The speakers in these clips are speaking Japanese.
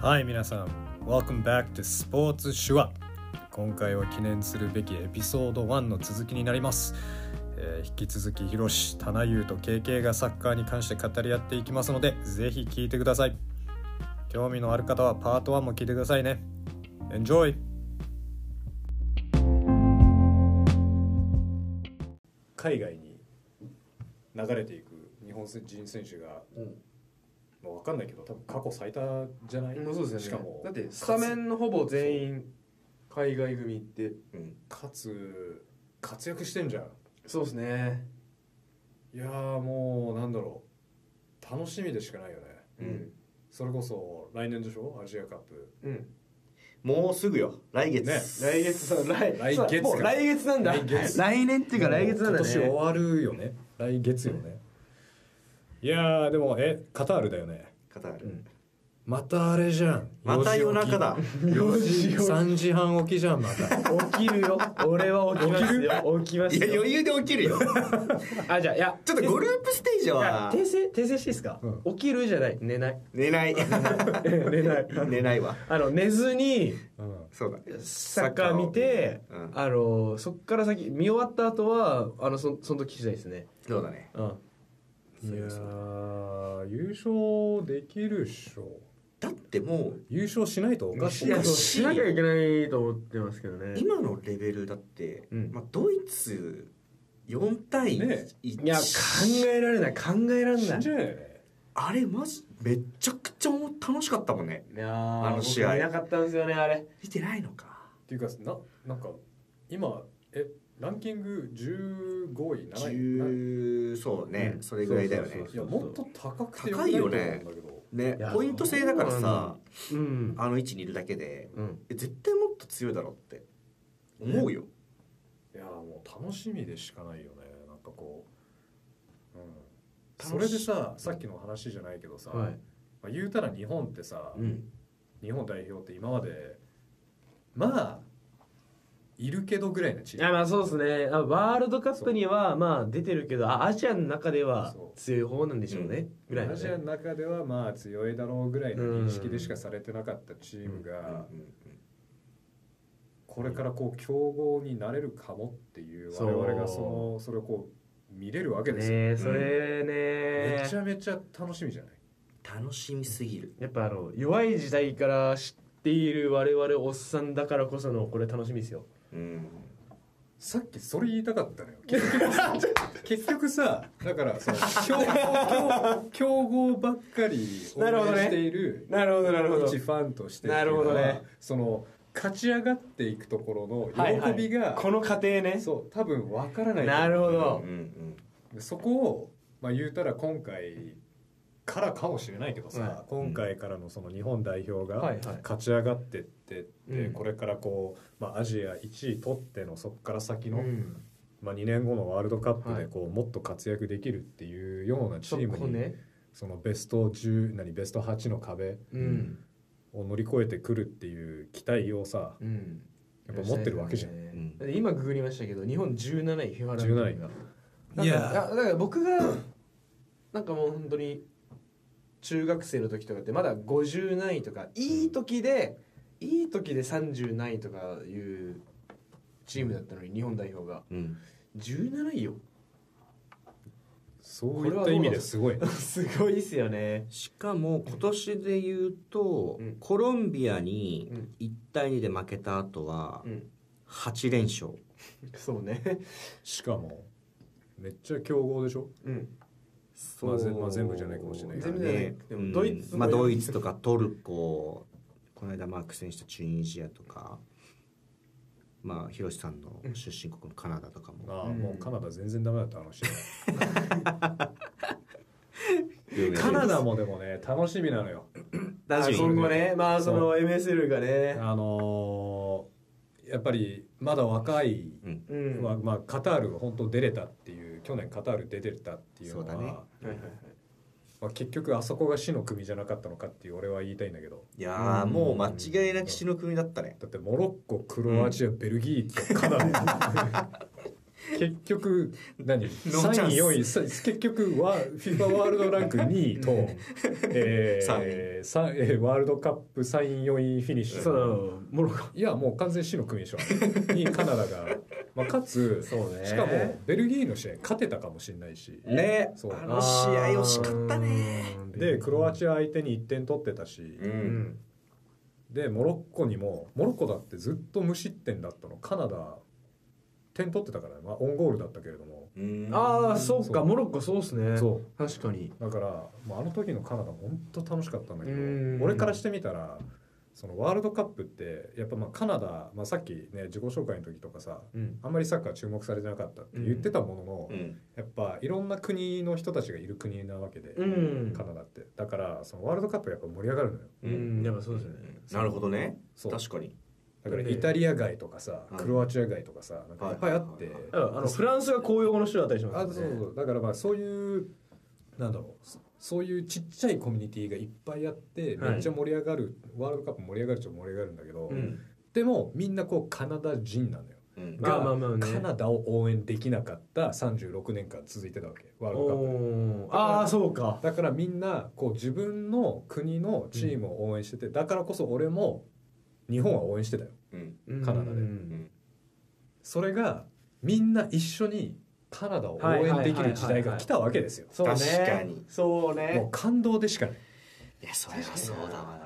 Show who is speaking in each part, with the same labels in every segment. Speaker 1: はい皆さん Welcome back to スポーツ手話今回は記念するべきエピソード1の続きになります、えー引き続きひろし、たなゆうと KK がサッカーに関して語り合っていきますのでぜひ聞いてください興味のある方はパート1も聞いてくださいね Enjoy! 海外に流れていく日本人選手がもう分かんないけど多分過去最多じゃない、
Speaker 2: うん、そうですよね
Speaker 1: しかも
Speaker 2: だってスタメンのほぼ全員海外組って
Speaker 1: かつ活躍してんじゃん
Speaker 2: そうですね
Speaker 1: いやーもうなんだろう楽しみでしかないよね、
Speaker 3: うん
Speaker 1: それこそ来年でしょアジアカップ
Speaker 2: うん
Speaker 3: もうすぐよ来月、
Speaker 1: ね
Speaker 2: 来月さ来
Speaker 1: 来月
Speaker 2: そう
Speaker 1: か
Speaker 2: もう来月なんだ
Speaker 1: 来月
Speaker 2: 来年っていうか来月なん
Speaker 1: 今
Speaker 2: だ
Speaker 1: 年終
Speaker 2: ね
Speaker 1: わるよね来月よねいやーでもえカタールだよね
Speaker 3: カタール、
Speaker 1: うんまたあれじゃん
Speaker 3: また夜中だ
Speaker 1: 4時起き3時半起きじゃんまた
Speaker 2: 起きるよ俺は起きますよ起きます
Speaker 3: いや
Speaker 2: よ
Speaker 3: 余裕で起きるよ
Speaker 2: あじゃあいや
Speaker 3: ちょっと
Speaker 2: ご
Speaker 3: グループステージは
Speaker 2: 訂正訂正していいですか、
Speaker 1: うん
Speaker 2: 起きるじゃない寝ない
Speaker 3: 寝ない
Speaker 2: 寝ない
Speaker 3: 寝ないわ
Speaker 2: あの寝ずに
Speaker 1: うん
Speaker 3: そうだ
Speaker 2: サッカー見て、
Speaker 3: うん
Speaker 2: あのそっから先見終わった後はあのそその時次第ですね
Speaker 3: そうだね
Speaker 2: うん
Speaker 1: いやー優勝できるっしょ
Speaker 3: だってもう
Speaker 1: 優勝しないとおかしい
Speaker 2: いや
Speaker 3: し
Speaker 2: しなきゃいけないと思ってますけどね
Speaker 3: 今のレベルだって、
Speaker 2: うん
Speaker 3: まあ、ドイツ4対1、
Speaker 1: ね
Speaker 2: いや考えられない考えられ
Speaker 1: 死
Speaker 2: なんい
Speaker 1: じ
Speaker 2: い
Speaker 1: ゃないよね
Speaker 3: あれマジめちゃくちゃ楽しかったもんね
Speaker 2: やー
Speaker 3: あの試合
Speaker 2: 僕見なかったんですよねあれ
Speaker 3: 見てないのか
Speaker 1: っていうかななんか今えランキング15位7位
Speaker 3: 10そうね、
Speaker 2: うん
Speaker 3: それぐらいだよね
Speaker 2: そうそう
Speaker 1: いやもっと高くて
Speaker 3: 高い
Speaker 1: 良
Speaker 3: よね
Speaker 1: くないと思うんだ
Speaker 3: ね
Speaker 2: いや
Speaker 3: ポイント制だからさ
Speaker 2: うん
Speaker 3: あの位置にいるだけで
Speaker 2: うん
Speaker 3: え絶対もっと強いだろうって思うよ、
Speaker 1: けどいやもう楽しみでしかないよねなんかこう、うん、
Speaker 3: 楽し
Speaker 1: それでささっきの話じゃないけどさ、
Speaker 2: はい
Speaker 1: まあ、言うたら日本ってさ、
Speaker 2: うん
Speaker 1: 日本代表って今までまあいるけどぐらいのチ
Speaker 2: い
Speaker 1: ー
Speaker 2: や
Speaker 1: ム
Speaker 2: まあそうですねあワールドカップにはまあ出てるけどあアジアの中では
Speaker 1: そう
Speaker 2: 強い方なんでしょうねぐらいの
Speaker 1: アジア
Speaker 2: ね
Speaker 1: の中ではまあ強いだろうぐらいの認識でしかされてなかったチーム
Speaker 3: うんうん
Speaker 1: が
Speaker 3: うん
Speaker 1: これからこう強豪になれるかもっていう
Speaker 2: そう
Speaker 1: 我々がそのそれをこう見れるわけですよ、
Speaker 2: ねえそれ
Speaker 1: めち
Speaker 2: ね
Speaker 1: ゃめちゃ楽しみじゃない
Speaker 3: 楽しみすぎる
Speaker 2: やっぱあの弱い時代から知っている我々おっさんだからこそのこれ楽しみですよ
Speaker 3: うん
Speaker 1: さっきそれ言いたか ったのよ結局さ結局さだからその強豪強強豪ばっかり応
Speaker 2: なるほど
Speaker 1: 援
Speaker 2: ね
Speaker 1: している
Speaker 2: なるほどなるほど
Speaker 1: 一ファンとして
Speaker 2: なるほどね
Speaker 1: その勝ち上がっていくところ
Speaker 2: はいは
Speaker 1: の
Speaker 2: い
Speaker 1: 喜びが、
Speaker 2: この過程ね
Speaker 1: そう多分わからない
Speaker 2: なるほど
Speaker 3: うんうん
Speaker 1: そこを、まあ、言うたら今回からかもしれないけどさ、
Speaker 2: は
Speaker 1: 今回からのその日本代表が
Speaker 2: はいはい
Speaker 1: 勝ち上がってってって、
Speaker 2: うん
Speaker 1: これからこう、まあ、アジア1位取ってのそこから先の、
Speaker 2: うん
Speaker 1: まあ、2年後のワールドカップ
Speaker 2: は
Speaker 1: で
Speaker 2: い
Speaker 1: こう、もっと活躍できるっていうようなチ
Speaker 2: そ
Speaker 1: ーム
Speaker 2: こ
Speaker 1: に
Speaker 2: ね
Speaker 1: そのベスト10何ベスト8の壁
Speaker 2: うん
Speaker 1: を乗り越えてくるっていう期待をさ
Speaker 2: うん
Speaker 1: やっぱ持ってるわけじゃん。
Speaker 2: んだって今ググりましたけど日本17位フィファランキング
Speaker 1: 17位
Speaker 2: が
Speaker 1: いや
Speaker 2: なんかあだから僕がなんかもう本当に中学生の時とかってまだ50何位とかいい時でいい時で30何位とかいうチームだったのに日本代表が
Speaker 3: うん
Speaker 2: 17位よ
Speaker 1: そういった意味 ですごいね。
Speaker 2: すごいっすよね
Speaker 3: しかも今年で言うと、
Speaker 2: うん
Speaker 3: コロンビアに
Speaker 2: うん
Speaker 3: 1対2で負けた後は
Speaker 2: うん
Speaker 3: 8連勝
Speaker 2: そうね
Speaker 1: しかもめっちゃ強豪でしょ
Speaker 2: うん
Speaker 1: まあぜまあ全部じゃないかもしれないけ
Speaker 2: ど全部じゃないでも
Speaker 3: うん
Speaker 2: ドイツも
Speaker 3: まあ、ドイツとかトルコこの間マーク選手とチュニジアとかまあヒロシさんの出身国のカナダとかも
Speaker 1: ああ、
Speaker 2: うん
Speaker 1: もうカナダ全然ダメだったあの試合
Speaker 3: 有名です
Speaker 1: カナダもでもね楽しみなのよ
Speaker 3: 楽しみ
Speaker 2: あ今後ねまあその MSL が
Speaker 1: あ
Speaker 2: ね
Speaker 1: のーやっぱりまだ若い、
Speaker 3: うん
Speaker 2: うん
Speaker 1: まあまあ、カタール本当出れたっていう去年カタール出てたっていうのは
Speaker 3: そうだね
Speaker 2: はいはいはい
Speaker 1: まあ、結局あそこが死の組じゃなかったのかっていう俺は言いたいんだけど
Speaker 3: いやーもう間違いなく死の組だったね
Speaker 1: だってモロッコクロアチア、ベルギーとカナダ結局何
Speaker 3: ノーチャ
Speaker 1: 3
Speaker 3: ンス
Speaker 1: 位4位さ結局は FIFA ワールドランク2位と、えーさんえーワールドカップ3位4位フィニッシュ
Speaker 2: そうモロッコ
Speaker 1: いやもう完全死の組でしょあれにカナダ が、まあ、かつ
Speaker 4: そうね
Speaker 1: しかもベルギーの試合勝てたかもしれないし
Speaker 4: ね
Speaker 1: そう
Speaker 4: あの試合惜しかったね
Speaker 1: でクロアチア相手に1点取ってたし、
Speaker 4: う
Speaker 2: うんん
Speaker 1: でモロッコにもモロッコだってずっと無失点だったのカナダ点取ってたから、まあ、オンゴールだったけれども
Speaker 4: うん
Speaker 2: ああそうかモロッコそうっすね
Speaker 1: そう
Speaker 2: 確かに
Speaker 1: だからもうあの時のカナダ本当楽しかったんだけど
Speaker 2: うん
Speaker 1: 俺からしてみたらそのワールドカップってやっぱまあカナダ、まあ、さっきね自己紹介の時とかさ
Speaker 2: うん
Speaker 1: あんまりサッカー注目されてなかったって言ってたものの、
Speaker 4: うん
Speaker 1: やっぱいろんな国の人たちがいる国なわけで、
Speaker 2: うん
Speaker 1: カナダってだからそのワールドカップやっぱ盛り上がるのよ
Speaker 4: う
Speaker 2: うんんやっぱそうですよね
Speaker 4: なるほどね
Speaker 1: そう
Speaker 4: 確かに
Speaker 1: だからイタリア街とかさ
Speaker 4: うん
Speaker 1: クロアチア街とかさなんかいっぱいあって、
Speaker 4: はいはいはい
Speaker 2: あのフランスが公用語の人だったりしま
Speaker 1: あ
Speaker 2: す
Speaker 1: そう
Speaker 2: ね
Speaker 1: そうだからまあそういうなんだろうそそういうちっちゃいコミュニティがいっぱいあって
Speaker 2: はい
Speaker 1: めっちゃ盛り上がる、ワールドカップ盛り上がるっちゃ盛り上がるんだけど、
Speaker 2: うん
Speaker 1: でもみんなこうカナダ人なのよ。
Speaker 4: うん
Speaker 2: まあまあまあね
Speaker 1: カナダを応援できなかった36年間続いてたわけワールドカップ
Speaker 2: おーああそうか
Speaker 1: だからみんなこう自分の国のチームを応援してて、だからこそ俺も日本は応援してたよ
Speaker 4: うん
Speaker 1: カナダで
Speaker 2: うん
Speaker 1: それがみんな一緒にカナダを応援できる時代が来たわけですよ
Speaker 2: そうね
Speaker 4: 確かに
Speaker 2: そうね
Speaker 1: もう感動でしかない
Speaker 4: いやそれはそうだわ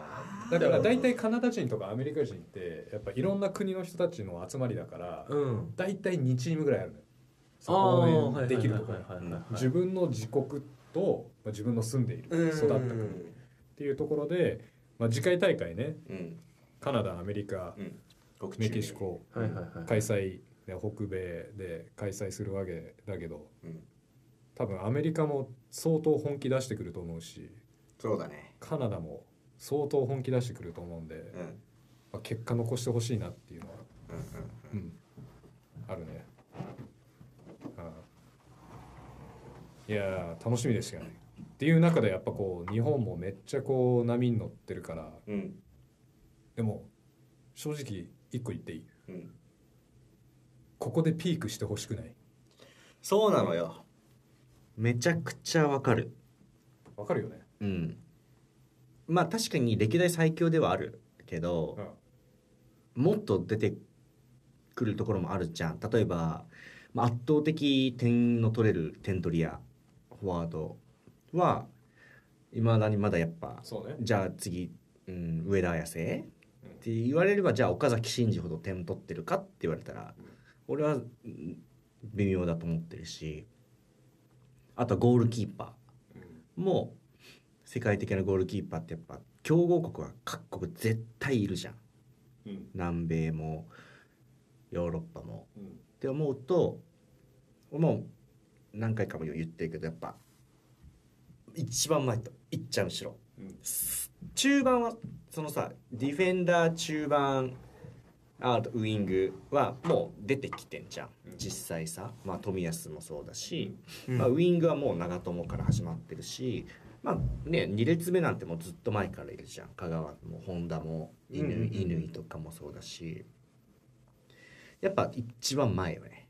Speaker 4: な
Speaker 1: だから大体カナダ人とかアメリカ人ってやっぱいろんな国の人たちの集まりだから
Speaker 2: うん
Speaker 1: 大体2チームぐらいあるのよそ
Speaker 2: ああ
Speaker 1: の応援できるとこ
Speaker 2: はいはいはいはいはい
Speaker 1: 自分の自国とまあ自分の住んでいる
Speaker 2: うん
Speaker 1: 育った国っていうところで、まあ、次回大会ね
Speaker 4: うん
Speaker 1: カナダアメリカ
Speaker 4: うん告知
Speaker 1: メキシコ
Speaker 2: はいはいはい
Speaker 1: 開催、ね、北米で開催するわけだけど
Speaker 4: うん
Speaker 1: 多分アメリカも相当本気出してくると思うし
Speaker 4: そうだね
Speaker 1: カナダも相当本気出してくると思うんで、
Speaker 4: うんうん
Speaker 1: まあ、結果残してほしいなっていうのは、
Speaker 4: うん
Speaker 1: うんあるね。あいやー楽しみですよね。っていう中でやっぱこう日本もめっちゃこう波に乗ってるから
Speaker 4: うん
Speaker 1: でも正直一個言っていい
Speaker 4: うん
Speaker 1: ここでピークしてほしくない
Speaker 4: そうなのよ
Speaker 3: めちゃくちゃわかる
Speaker 1: わかるよね
Speaker 3: うんまあ確かに歴代最強ではあるけど
Speaker 1: うん
Speaker 3: もっと出てくるところもあるじゃん例えば、まあ、圧倒的点の取れる点取り屋フォワードはいまだにまだやっぱ
Speaker 1: そうね
Speaker 3: じゃあ次、うん、上田綺世って言われればじゃあ岡崎慎司ほど点取ってるかって言われたら俺はうん微妙だと思ってるしあとはゴールキーパーも世界的なゴールキーパーってやっぱ強豪国は各国絶対いるじゃん
Speaker 1: うん
Speaker 3: 南米もヨーロッパも。
Speaker 1: うん
Speaker 3: って思うと俺もう何回かも言ってるけどやっぱ一番前といっちゃん後ろ、
Speaker 1: うん
Speaker 3: す中盤はそのさディフェンダー中盤あとウイングはもう出てきてんじゃん、実際さ、まあ、冨安もそうだし、まあ、ウイングはもう長友から始まってるし、まあね、2列目なんてもうずっと前からいるじゃん香川も本田も乾
Speaker 2: うんうんうん
Speaker 3: 乾とかもそうだしやっぱ一番前よね、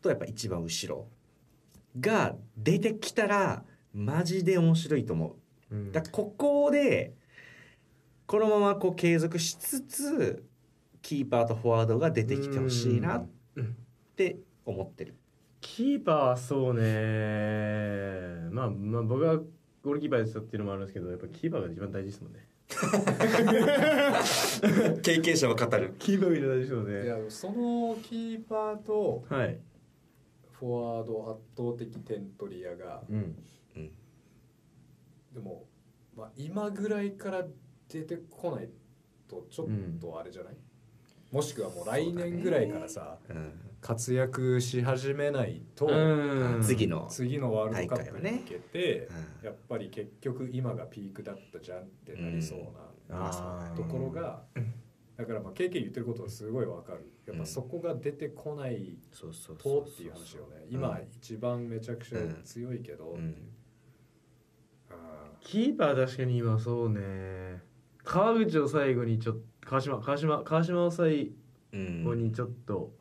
Speaker 3: とやっぱ一番後ろが出てきたらマジで面白いと思う。
Speaker 2: うん
Speaker 3: だからここでこのままこう継続しつつキーパーとフォワードが出てきてほしいなって思ってる。
Speaker 2: キーパーはそうねまあまあ僕はゴールキーパーやってたっていうのもあるんですけどやっぱキーパーが一番大事ですもんね
Speaker 3: 経験者は語る。
Speaker 2: キーパーが一番大事ですもん
Speaker 1: い
Speaker 2: ね
Speaker 1: やそのキーパーと
Speaker 2: はい
Speaker 1: フォワード圧倒的点取り屋が
Speaker 2: うん
Speaker 1: でも、まあ、今ぐらいから出てこないとちょっとあれじゃない、もしくはもう来年ぐらいからさ、
Speaker 3: うん
Speaker 1: 活躍し始めないと、
Speaker 2: うん
Speaker 3: 次の、
Speaker 1: 次のワールドカップに
Speaker 3: 大会はね
Speaker 1: 向けて、
Speaker 3: うん
Speaker 1: やっぱり結局今がピークだったじゃんってなりそうな、
Speaker 3: うん
Speaker 2: あー
Speaker 1: ところが、だからまあ経験言ってることはすごいわかるやっぱそこが出てこない
Speaker 3: そうそうそ
Speaker 1: と
Speaker 3: う
Speaker 1: っていう話よね
Speaker 3: うん
Speaker 1: 今一番めちゃくちゃ強いけど、
Speaker 3: うん
Speaker 1: あ
Speaker 2: キーパー確かに今そうね川口を最後にちょっと川島川島川島を最
Speaker 3: うん
Speaker 2: 後にちょっと、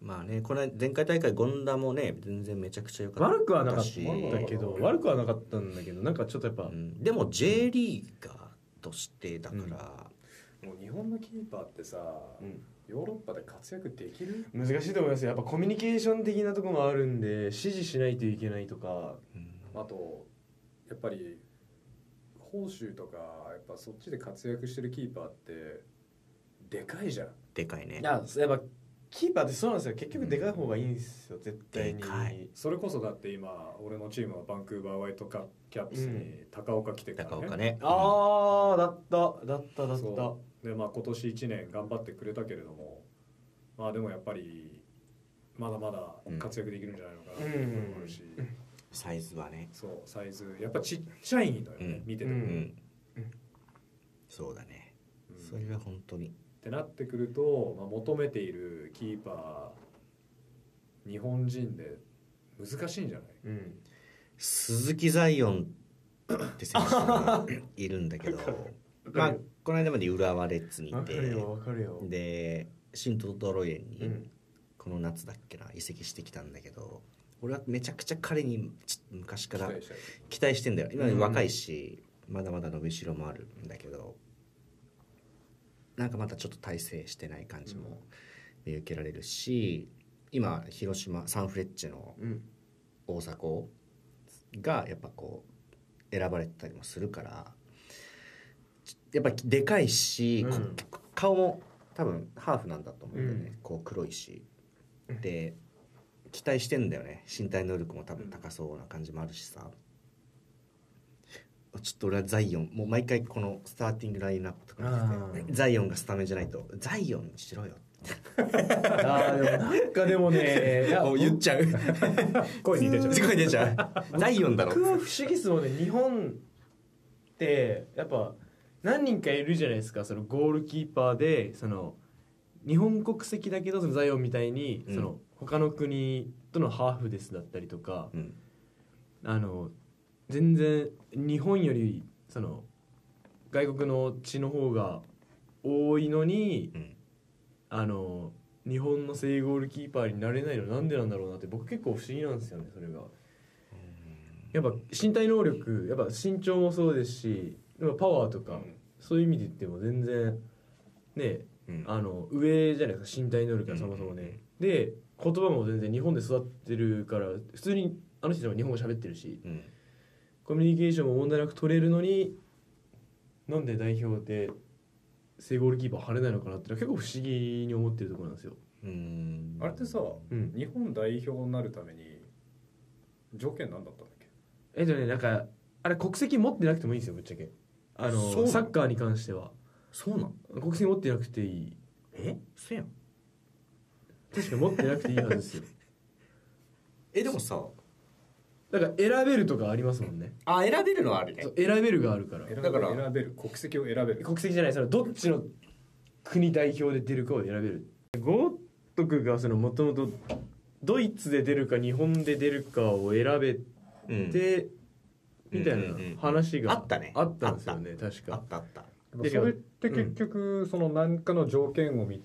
Speaker 3: まあねこれ前回大会権田もね全然めちゃくちゃ良かった
Speaker 5: 悪くはなかっ
Speaker 3: し
Speaker 5: たけど悪くはなかったんだけどなんかちょっとやっぱ、
Speaker 3: うんでも J リーガーとしてだから、
Speaker 1: もう日本のキーパーってさ、
Speaker 2: うん
Speaker 1: ヨーロッパで活躍できる
Speaker 2: 難しいと思いますよやっぱコミュニケーション的なとこもあるんで指示しないといけないとか
Speaker 1: あとやっぱり欧州とかやっぱそっちで活躍してるキーパーってでかいじゃん
Speaker 3: でかいね
Speaker 2: いややっぱキーパーってそうなんですよ結局でかい方がいいんですよ絶対に
Speaker 3: でかい
Speaker 1: それこそだって今俺のチームはバンクーバーワイトカップキャップスに高岡来てから、ね
Speaker 3: 高岡ね
Speaker 2: ああだっただっただった
Speaker 1: そうでまあ今年1年頑張ってくれたけれどもまあでもやっぱりまだまだ活躍できるんじゃないのかなっていうところもあるし、
Speaker 3: サイズはね
Speaker 1: そうサイズやっぱちっちゃいのよね、
Speaker 3: うん
Speaker 1: 見てても、
Speaker 2: う
Speaker 3: うんん、
Speaker 2: うん
Speaker 3: そうだね
Speaker 1: うん
Speaker 3: それが本当に
Speaker 1: ってなってくると、まあ、求めているキーパー日本人で難しいんじゃない
Speaker 2: うん
Speaker 3: 鈴木ザイオンって選手 がいるんだけどまあこの間まで浦和レッズにい
Speaker 2: わかる
Speaker 3: て
Speaker 2: よわかるよ
Speaker 3: で新トトロ園
Speaker 2: う
Speaker 3: に
Speaker 2: ん
Speaker 3: この夏だっけな移籍してきたんだけど俺はめちゃくちゃ彼にち昔か
Speaker 1: 期
Speaker 3: ら
Speaker 1: 待したい
Speaker 3: 期待してんだよ今
Speaker 2: うん
Speaker 3: 若いし、まだまだ伸びしろもあるんだけどなんかまたちょっと体制してない感じも見受けられるし今広島サンフレッチェの
Speaker 2: うん
Speaker 3: 大迫がやっぱこう選ばれてたりもするからちやっぱでかいし、こ
Speaker 2: うん
Speaker 3: 顔も多分ハーフなんだと思うんだよね、
Speaker 2: う
Speaker 3: こう黒いしで期待してんだよね身体能力も多分高そうな感じもあるしさちょっと俺はザイオンもう毎回このスターティングラインナップとか見ててザイオンがスタメンじゃないとザイオンにしろよ
Speaker 2: あーでもなんかでもね いや
Speaker 3: お言っちゃう声に出ちゃう 声に出ちゃ うザイオンだろ
Speaker 2: 僕は不思議っすもんね日本ってやっぱ何人かいるじゃないですかそのゴールキーパーでその日本国籍だけどそのザイオンみたいに、
Speaker 3: うん
Speaker 2: その他の国とのハーフですだったりとか
Speaker 3: うん
Speaker 2: あの全然日本よりその外国の血の方が多いのに
Speaker 3: うん
Speaker 2: あの日本の正ゴールキーパーになれないのなんでなんだろうなって僕結構不思議なんですよねそれが。やっぱ身体能力やっぱ身長もそうですしやっぱパワーとか、そういう意味で言っても全然ね
Speaker 3: うん
Speaker 2: あの上じゃないですか身体能力がそもそもね。で言葉も全然日本で育ってるから普通にあの人たちも日本語喋ってるし
Speaker 3: うん
Speaker 2: コミュニケーションも問題なく取れるのになんで代表で正ゴールキーパー張れないのかなってのは結構不思議に思ってるところなんですよ。
Speaker 3: うん
Speaker 1: あれってさ
Speaker 2: うん、
Speaker 1: 日本代表になるために条件何だったんだっけ
Speaker 2: えっとねなんかあれ国籍持ってなくてもいいんですよぶっちゃけ。あのサッカーに関しては
Speaker 3: そうなの
Speaker 2: 国籍持ってなくていい
Speaker 3: えそうやん
Speaker 2: 確かに持ってなくていいはずですよ
Speaker 3: えでもさ
Speaker 2: だから選べるとかありますもんね
Speaker 3: あ選べるのはあるね
Speaker 2: そう選べるがあるから
Speaker 1: 選
Speaker 4: だか
Speaker 1: べ
Speaker 4: ら
Speaker 1: る選べる国籍を選べる
Speaker 2: 国籍じゃないそのどっちの国代表で出るかを選べるゴートクがそのもともとドイツで出るか日本で出るかを選べ
Speaker 3: うん
Speaker 2: て、
Speaker 3: うん
Speaker 2: みたいな話が
Speaker 3: うんうんうんあったね
Speaker 2: あったんですよね確
Speaker 3: あ
Speaker 2: か
Speaker 3: ったあった
Speaker 1: それって結局その何かの条件を満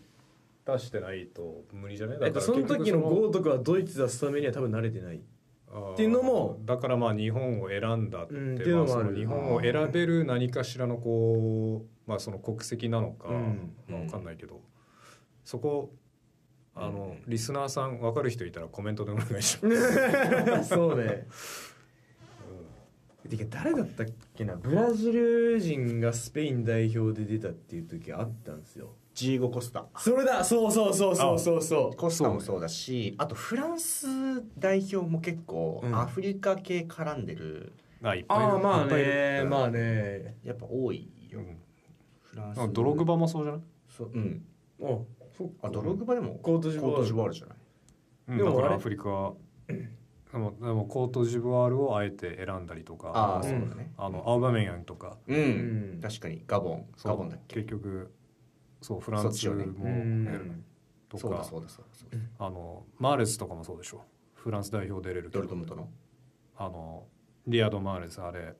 Speaker 1: たしてないと無理じゃない
Speaker 2: え
Speaker 1: だ
Speaker 2: っ
Speaker 1: か
Speaker 2: と
Speaker 1: ら
Speaker 2: その時のゴ
Speaker 1: 結
Speaker 2: ートクはドイツだスタメンには多分慣れてない
Speaker 1: 局
Speaker 2: っていうのも
Speaker 1: あーだからまあ日本を選んだって,、
Speaker 2: うんっていうのもある
Speaker 1: まそ日本を選べる何かしらのこうまあその国籍なのか、
Speaker 2: うん
Speaker 1: まあわかんないけど、そこあの、リスナーさん分かる人いたらコメントでお願いします
Speaker 2: そうね。てか誰だったっけなブラジル人がスペイン代表で出たっていう時あったんですよ
Speaker 3: ジーゴ・コスタ
Speaker 2: それだそうそうそうそうそうそ
Speaker 3: コスタもそうだしあとフランス代表も結構
Speaker 2: うん
Speaker 3: アフリカ系絡んでる
Speaker 1: あいっ
Speaker 2: うああ
Speaker 1: ま
Speaker 2: まあねまあね
Speaker 3: やっぱ多いよフランス
Speaker 1: ドログバもそうじゃない
Speaker 3: そううん
Speaker 2: おそっ
Speaker 3: あドログバでも
Speaker 2: コートジボワール
Speaker 3: コートジボワールじゃない
Speaker 1: うん
Speaker 2: でも
Speaker 1: だか
Speaker 2: あれ
Speaker 1: らアフリカでもでもコートジボワールをあえて選んだりとか
Speaker 3: ああ
Speaker 1: う
Speaker 3: そ
Speaker 1: ん
Speaker 3: うだね
Speaker 1: あのアウバメヤンとか
Speaker 3: うん
Speaker 2: うん
Speaker 3: 確かにガボン
Speaker 1: そう
Speaker 3: ガボンだっけ
Speaker 1: 結局そうフラン
Speaker 3: そっ
Speaker 1: ス
Speaker 3: ちよ
Speaker 1: も、
Speaker 3: ね
Speaker 2: うん
Speaker 1: と
Speaker 3: そうだ
Speaker 1: か
Speaker 3: そうだそうだそうだ
Speaker 1: あのマーレスとかもそうでしょフランス代表出れるけ
Speaker 3: ド
Speaker 1: ど
Speaker 3: ルトムントの
Speaker 1: あのリアド・マーレスあれ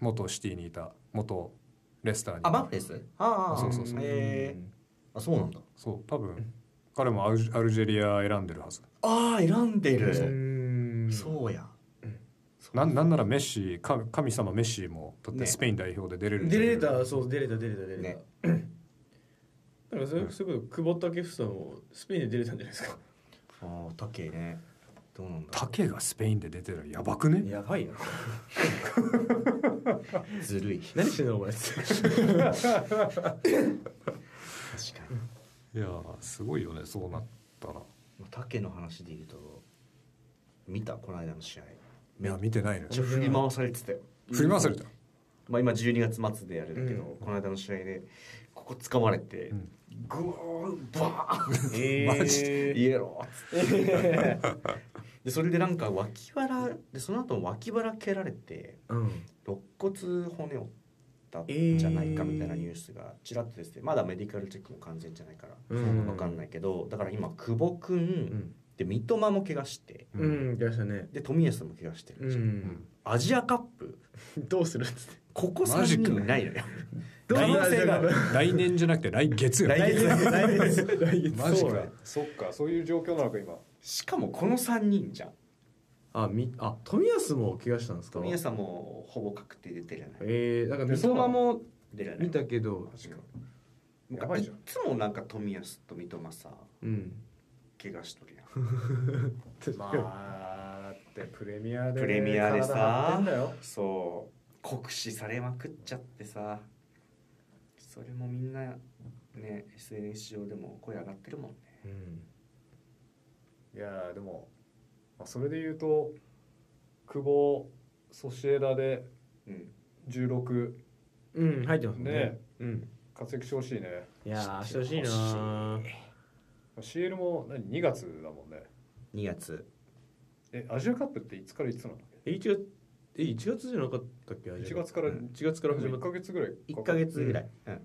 Speaker 1: 元シティにいた元レスターに
Speaker 3: あマフレスああ
Speaker 1: そうそうそう
Speaker 3: へえあそうなんだ
Speaker 1: そう多分彼もアルジアルジェリア選んでるはず
Speaker 3: ああ選んでる、
Speaker 6: ん
Speaker 3: そうや
Speaker 1: なんなんならメッシ神神様メッシもだって
Speaker 3: ね
Speaker 1: スペイン代表で出れる、
Speaker 2: 出れたそう出れた出れた出れた、
Speaker 3: ね
Speaker 2: だからそれそれこそ久保建英さんもスペインで出れたんじゃないですか
Speaker 3: ああタケねどうなんだ
Speaker 1: タケがスペインで出てるやばくね
Speaker 3: やばいなずるい
Speaker 2: 何してんのお 前
Speaker 3: 確かに
Speaker 1: いやーすごいよねそうなったら
Speaker 3: まあタケの話で言うと見たこの間の試合
Speaker 1: いや見てないの
Speaker 3: めっちゃ振り回されてたよ
Speaker 1: 振り回された
Speaker 3: まあ、今12月末でやるんだけど、
Speaker 6: う
Speaker 3: この間の試合でここ掴まれて、
Speaker 1: うん
Speaker 3: グワーバーン、
Speaker 1: マジ
Speaker 3: でイエローっつってでそれでなんか脇腹でその後脇腹蹴られて
Speaker 6: うん
Speaker 3: 肋骨骨折ったんじゃないかみたいなニュースがちらっとですねまだメディカルチェックも完全じゃないから
Speaker 6: うん
Speaker 3: 分かんないけどだから今久保君、
Speaker 6: ん
Speaker 3: で三笘も怪我して
Speaker 6: う、ん出ましたね
Speaker 3: で冨安も怪我してる
Speaker 6: う
Speaker 3: じゃん
Speaker 6: ん
Speaker 3: アジアカップ
Speaker 6: どうするっつって
Speaker 3: ここ
Speaker 1: マジ
Speaker 3: 3
Speaker 1: か
Speaker 3: 人いないのよ。
Speaker 6: どう
Speaker 1: 可能
Speaker 6: 性がある
Speaker 1: 来年じゃなくて来月よ
Speaker 3: 来
Speaker 6: 来
Speaker 3: 月
Speaker 6: 月来月来月
Speaker 1: マジ
Speaker 6: そう
Speaker 1: か
Speaker 6: だ
Speaker 1: そっかそういう状況なのか今
Speaker 3: しかもこの3人じゃん
Speaker 6: あみあ富安も怪我したんですか
Speaker 3: 富安さんもほぼ確定で出れない
Speaker 6: えー、なんか三笘も
Speaker 3: 出れない
Speaker 6: 見たけど
Speaker 3: うん
Speaker 1: やばいじゃん
Speaker 3: いつもなんか富安と三笘さ
Speaker 6: うん
Speaker 3: 怪我しとるやん
Speaker 1: まあだってプレミア
Speaker 3: プレミアで
Speaker 1: 体張
Speaker 3: さ
Speaker 1: ってんだよ
Speaker 3: そう酷使されまくっちゃってさそれもみんなね SNS 上でも声上がってるもんね
Speaker 1: いやーでも、まあ、それで言うと久保ソシエダで
Speaker 3: うん
Speaker 1: 16
Speaker 6: うん、うん、入ってます
Speaker 1: ね
Speaker 6: うん
Speaker 1: 活躍してほしいね
Speaker 6: いやーしてほしいなー
Speaker 1: CL も何2月だもんね
Speaker 3: 2月
Speaker 1: えアジアカップっていつからいつなんだっ
Speaker 2: え1月え1月じゃなかったっ
Speaker 1: け
Speaker 2: け
Speaker 1: 1月から
Speaker 3: うん
Speaker 2: 1月から始ま
Speaker 1: 1
Speaker 2: った
Speaker 1: か月ぐらい
Speaker 3: 1か月ぐらい、うん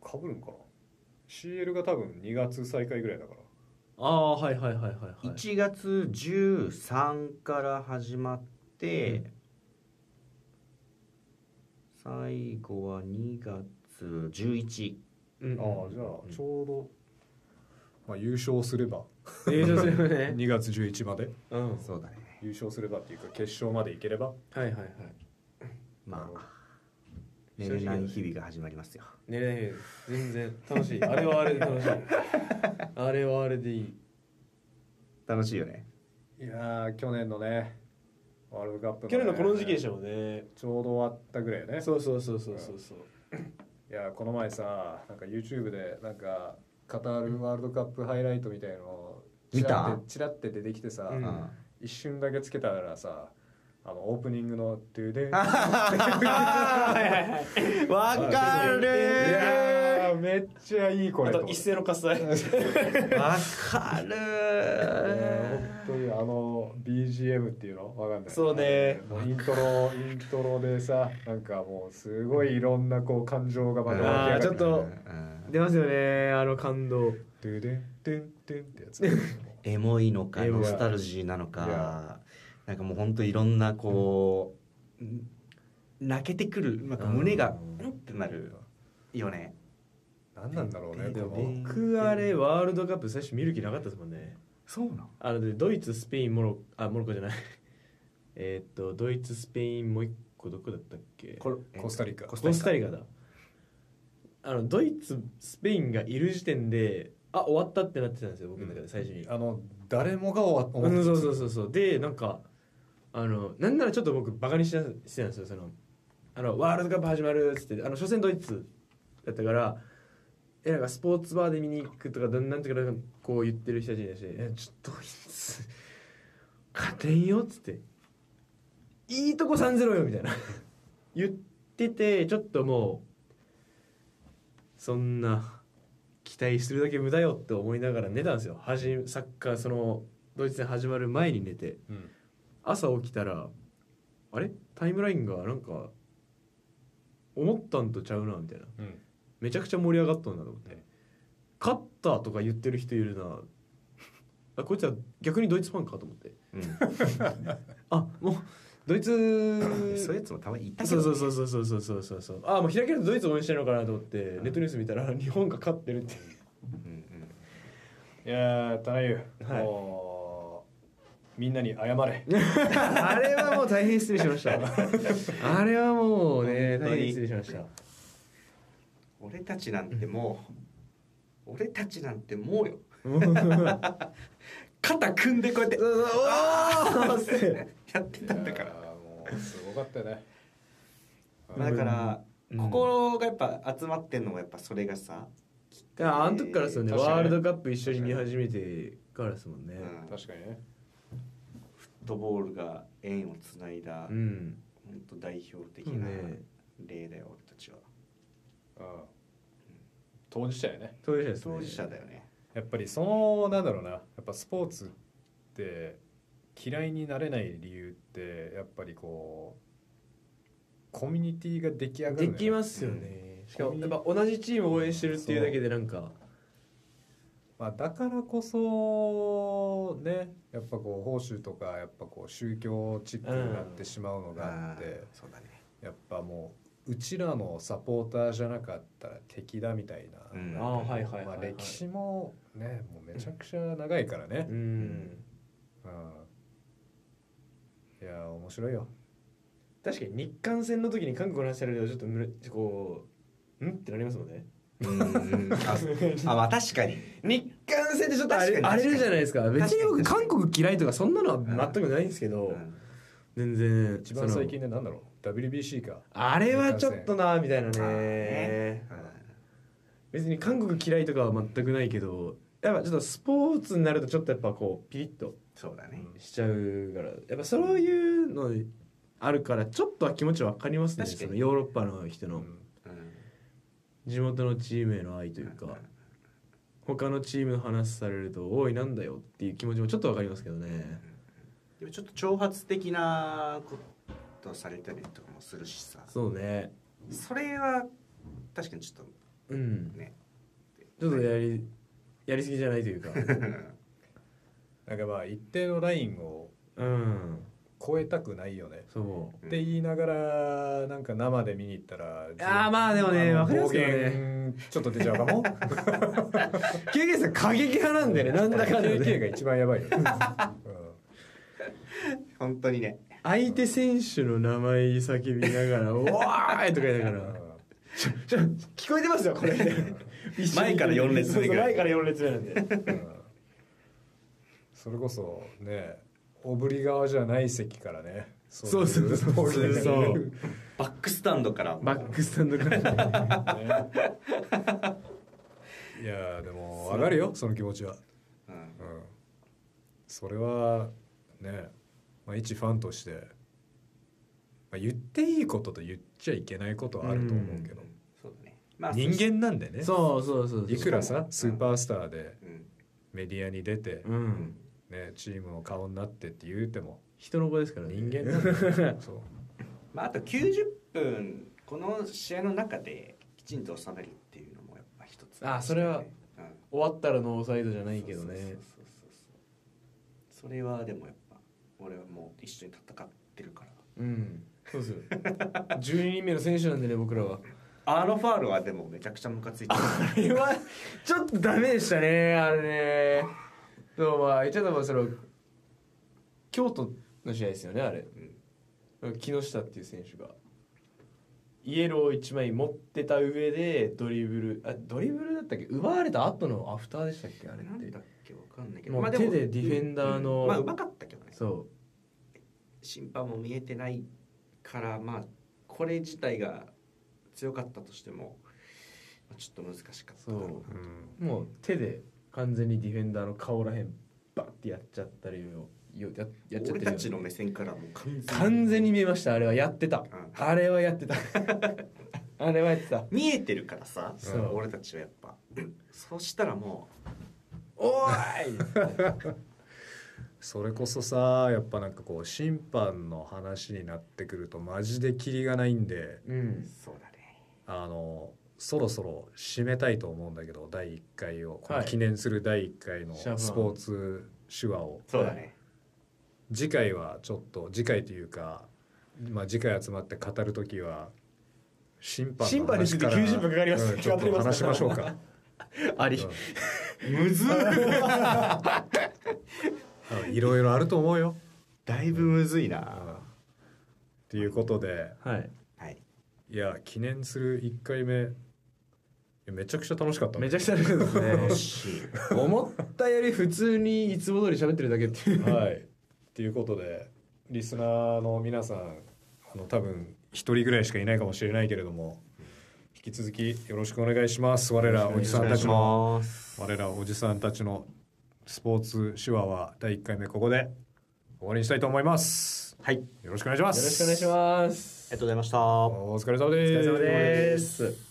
Speaker 1: かぶるんかな CL が多分2月再開ぐらいだから
Speaker 2: ああはいはいはいはいはい
Speaker 3: 1月13から始まって、最後は2月11
Speaker 6: うん
Speaker 1: ああじゃあちょうど、まあ、優勝すれば
Speaker 6: 優勝するよね
Speaker 1: 2月11まで
Speaker 6: うんはい
Speaker 3: そうだね
Speaker 1: 優勝すればっていうか決勝までいければ
Speaker 6: はいはい
Speaker 3: まあ
Speaker 6: な
Speaker 3: 寝
Speaker 6: るほど
Speaker 3: れない日々が始まりますよ
Speaker 6: 寝れないよ全然楽しいあれはあれで楽しい あれはあれでいい
Speaker 3: 楽しいよね
Speaker 1: いやー去年のねワールドカップ、ね、
Speaker 2: 去年のこの時期でしたもんね
Speaker 1: ちょうど終わったぐらいよね
Speaker 2: そうそうそうそうそうそう
Speaker 1: いやーこの前さなんか YouTube でなんかカタールワールドカップハイライトみたいのを
Speaker 3: 見た
Speaker 1: チラッてチラって出てきてさ、
Speaker 6: うん
Speaker 3: あ
Speaker 1: 一瞬だけつけたらさあのオープニングの「ドゥデン」
Speaker 3: あわか
Speaker 1: い
Speaker 3: る
Speaker 1: やーめっちゃいいこれ
Speaker 2: あ
Speaker 1: と
Speaker 2: と
Speaker 1: 思って
Speaker 2: 一斉の喝 采
Speaker 3: わかる
Speaker 1: 本当にあの BGM っていうのわかんない
Speaker 2: そうね
Speaker 1: もうイントロイントロでさなんかもうすごいいろんなこう感情がまた湧き上が
Speaker 6: あーちょっと
Speaker 3: うん
Speaker 6: 出ますよねあの感動
Speaker 1: ドゥデンドゥンドゥンってやつい
Speaker 3: エモいのか
Speaker 6: エモい
Speaker 3: ノスタルジーなの
Speaker 1: い
Speaker 3: か
Speaker 1: や
Speaker 3: なんかもうほんといろんなこう、泣けてくるなんか胸がうんってなるよね
Speaker 1: 何なんだろうね
Speaker 3: で
Speaker 1: こ
Speaker 3: も
Speaker 1: の
Speaker 2: 僕あれワールドカップ最初見る気なかったですもんね
Speaker 3: そうなの
Speaker 2: あのでドイツスペインモロッあモロッコじゃない えーっとドイツスペインもう一個どこだったっけコ
Speaker 3: え
Speaker 1: コスタリカ
Speaker 3: コス
Speaker 2: スタリカだあのドイツスペインがいる時点であ終わったってなってたんですよ僕の中で最初に、
Speaker 1: あの誰もが終わ
Speaker 2: う
Speaker 1: っ
Speaker 2: ん、そうそうそうそうでなんかあのなんならちょっと僕バカにしてたしてたんですよそのあのワールドカップ始まるっつってあの初戦ドイツだったからえなんかスポーツバーで見に行くとかなんなんとかなんかこう言ってる人たちに対して「えちょっとドイツ勝てんよ」っつって「いいとこ3-0よ」みたいな 言っててちょっともうそんな期待するだけ無駄よって思いながら寝たんですよはじサッカーそのドイツ戦始まる前に寝て
Speaker 1: うん
Speaker 2: 朝起きたらあれタイムラインがなんか思ったんとちゃうなみたいな
Speaker 1: うん
Speaker 2: めちゃくちゃ盛り上がったんだと思って、
Speaker 1: うん
Speaker 2: 勝ったとか言ってる人いるなあこいつは逆にドイツファンかと思ってあもうドイツ
Speaker 3: そういうやつもたまにいたけ
Speaker 2: そう
Speaker 3: ど
Speaker 2: そうそうそうそうそうそうそうそうあもう開けるとドイツ応援してるのかなと思ってネットニュース見たら日本が勝ってるっていう
Speaker 3: うんう
Speaker 1: い
Speaker 3: ん
Speaker 1: やー、田中優、
Speaker 2: はい
Speaker 1: もう、みんなに謝れ。
Speaker 2: あれはもう大変失礼しました。あれはもうね、
Speaker 3: 本当
Speaker 2: 大
Speaker 3: に
Speaker 2: 変失礼しました。
Speaker 3: 俺たちなんてもう、俺たちなんてもうよ肩組んでこうやって やってたんだから
Speaker 1: いやーもう、すごかったよね。
Speaker 3: まあだから、
Speaker 2: うん
Speaker 3: 心がやっぱ集まってんのもやっぱそれがさ、
Speaker 2: だからあの時からですよね、
Speaker 1: 確かに
Speaker 2: ワールドカップ一緒に見始めてからですもんね
Speaker 3: うん、フッ
Speaker 1: 確かにね。
Speaker 3: トボールが縁をつないだ、
Speaker 2: う
Speaker 3: 本
Speaker 2: ん、
Speaker 3: 当ほんと代表的な
Speaker 2: ね
Speaker 3: 例だよ俺たちは
Speaker 1: うん当事者やね。
Speaker 2: 当事者ですね
Speaker 3: 当事者だよね
Speaker 1: やっぱりそのなんだろうなやっぱスポーツって嫌いになれない理由ってやっぱりこうコミュニティが出来上がるの
Speaker 2: で
Speaker 1: よ
Speaker 2: きますよね、しかもやっぱ同じチームを応援してるっていうだけでなんか
Speaker 1: まあ、だからこそねやっぱこう報酬とかやっぱこう宗教チックになってしまうのがあって、
Speaker 3: そうだね
Speaker 1: やっぱもううちらのサポーターじゃなかったら敵だみたいな、
Speaker 3: うん
Speaker 2: ああはいはいはい、
Speaker 1: ま
Speaker 2: は
Speaker 1: あ、
Speaker 2: い
Speaker 1: 歴史もねもうめちゃくちゃ長いからね、
Speaker 2: うん
Speaker 1: うんいやー面白いよ
Speaker 2: 確かに日韓戦の時に韓国の話されるとちょっとむれこうんってなりますもんね
Speaker 3: うんあ あまあ確かに
Speaker 2: 日韓戦ってちょっとあれ
Speaker 3: 確か
Speaker 2: あ
Speaker 3: に確かに
Speaker 2: れるじゃないですか別に僕
Speaker 3: 確かに
Speaker 2: 韓国嫌いとかそんなのは全くないんですけど、
Speaker 3: うん
Speaker 2: 全然
Speaker 1: 一番
Speaker 2: その
Speaker 1: 最近でなんだろう WBC か
Speaker 2: あれはちょっとなみたいなね
Speaker 3: あーね
Speaker 2: 別に韓国嫌いとかは全くないけどやっぱちょっとスポーツになるとちょっとやっぱこうピリッと
Speaker 3: そうだね
Speaker 2: しちゃうからやっぱそういうのあるからちょっとは気持ちわかりますね
Speaker 3: 確か
Speaker 2: そ
Speaker 3: に
Speaker 2: のヨーロッパの人
Speaker 1: う
Speaker 2: の
Speaker 1: ん
Speaker 3: うん
Speaker 2: 地元のチームへの愛というか他のチームの話されると「おいなんだよ」っていう気持ちもちょっとわかりますけどね
Speaker 3: でもちょっと挑発的なことされたりとかもするしさ
Speaker 2: そうね
Speaker 3: それは確かにちょっ
Speaker 2: うん
Speaker 3: とね
Speaker 2: ちょっとやりやりすぎじゃないというか
Speaker 1: なんかまあ一定のラインを
Speaker 2: うん
Speaker 1: 超えたくないよね
Speaker 2: そう
Speaker 3: う
Speaker 1: っ
Speaker 3: ん
Speaker 1: て言いながらなんか生で見に行ったら
Speaker 2: あーまあでもね
Speaker 1: あの
Speaker 2: わかりますよ
Speaker 1: 暴
Speaker 2: ね
Speaker 1: 言ちょっと出ちゃうかも
Speaker 2: KK さん過激派なんだ よねなんだかんだで
Speaker 1: KK が一番やばいよね、
Speaker 3: 本当にね
Speaker 2: 相手選手の名前叫びな がら「おーい!」とか言いなが
Speaker 1: うん
Speaker 2: らちょ聞こえてますよ これ
Speaker 3: 前から四列目ぐらい
Speaker 2: そうそう前から4列目なんで
Speaker 1: うんそれこそねおぶり側じゃない席からね
Speaker 2: そう
Speaker 1: い
Speaker 2: そうそう
Speaker 1: 暴言が
Speaker 2: そ
Speaker 1: 出
Speaker 2: う
Speaker 1: る
Speaker 3: バックスタンドから
Speaker 2: バックスタンドから
Speaker 1: ねいやーでも上がるよその気持ちは、
Speaker 3: うん
Speaker 1: うん、それはね、まあ、一ファンとして、まあ、言っていいことと言っちゃいけないことはあると思うけど、
Speaker 3: そうだねまあ
Speaker 1: 人間なんでね
Speaker 2: そうそうそうそう
Speaker 1: いくらさスーパースターで
Speaker 3: うん
Speaker 1: メディアに出て、
Speaker 2: うん
Speaker 1: ね、チームの顔になってって言うても
Speaker 2: 人の子ですからね
Speaker 1: 人間なんだ よそう
Speaker 3: まあ、あと90分この試合の中できちんと収めるっていうのもやっぱ一つ、
Speaker 2: あそれは、
Speaker 3: うん、
Speaker 2: 終わったらノーサイドじゃないけど
Speaker 3: そう
Speaker 2: ね
Speaker 3: そうそうそうそれはでもやっぱ俺はもう一緒に戦ってるから
Speaker 2: うんそう ですよ12人目の選手なんでね僕らは
Speaker 3: あのファールはでもめちゃくちゃムカついてる
Speaker 2: あれはちょっとダメでしたねあれねでもまあちょっとまあその京都の試合ですよねあれ、木下っていう選手がイエローを1枚持ってた上でドリブルあドリブルだったっけ奪われた後のアフターでしたっけあれ
Speaker 3: な
Speaker 2: っ
Speaker 3: ん
Speaker 2: て
Speaker 3: だっけわかんないけど
Speaker 2: もう
Speaker 3: まあも
Speaker 2: 手でディフェンダーの
Speaker 3: うんまあうまかったけどね
Speaker 2: そ
Speaker 3: 審判も見えてないからまあこれ自体が強かったとしてもまあちょっと難しかっただろうな
Speaker 2: そううもう手で完全にディフェンダーの顔らへんバッてやっちゃったりよよややっちゃって
Speaker 3: 俺
Speaker 2: る
Speaker 3: た
Speaker 2: よ
Speaker 3: ちの目線からもう完全に
Speaker 2: 完全に見えましたあれはやってた
Speaker 3: うん
Speaker 2: あれはやってたあれはやってた
Speaker 3: 見えてるからさ、
Speaker 2: そう
Speaker 3: 俺たちはやっぱそうしたらも
Speaker 2: おーい
Speaker 1: それこそさやっぱなんかこう審判の話になってくるとマジでキリがないんで
Speaker 2: う
Speaker 3: うんそうだね
Speaker 1: あのそろそろ締めたいと思うんだけど第1回をこの
Speaker 2: はい
Speaker 1: 記念する第1回の
Speaker 2: シャープワン
Speaker 1: スポーツ手話を、
Speaker 3: そうだね
Speaker 1: 次回はちょっと次回というか、まあ、次回集まって語る時は審判
Speaker 2: 審判について90分かかります
Speaker 1: うんちょっと話しましょうか。
Speaker 2: あり
Speaker 1: うん
Speaker 7: むずっ
Speaker 1: あいろいろあると思うよ。
Speaker 3: だいぶむずいな、
Speaker 1: ということで
Speaker 2: はい
Speaker 3: はい
Speaker 1: いや記念する1回目いやめちゃくちゃ楽しかったね
Speaker 2: めちゃくちゃ楽ですね
Speaker 3: 楽しい
Speaker 2: 思ったより普通にいつも通り喋ってるだけっていう
Speaker 1: はい。ということで、リスナーの皆さん、あの多分一人ぐらいしかいないかもしれないけれども、引き続きよろしくお願いします。我らおじさんたちの、我らおじさんたちのスポーツ手話は第1回目ここで終わりにしたいと思います。
Speaker 3: はいありがとう
Speaker 1: よろしくお願いします。
Speaker 2: よろしくお願いします
Speaker 3: ございました
Speaker 1: お疲れ様です。
Speaker 2: お疲れ様です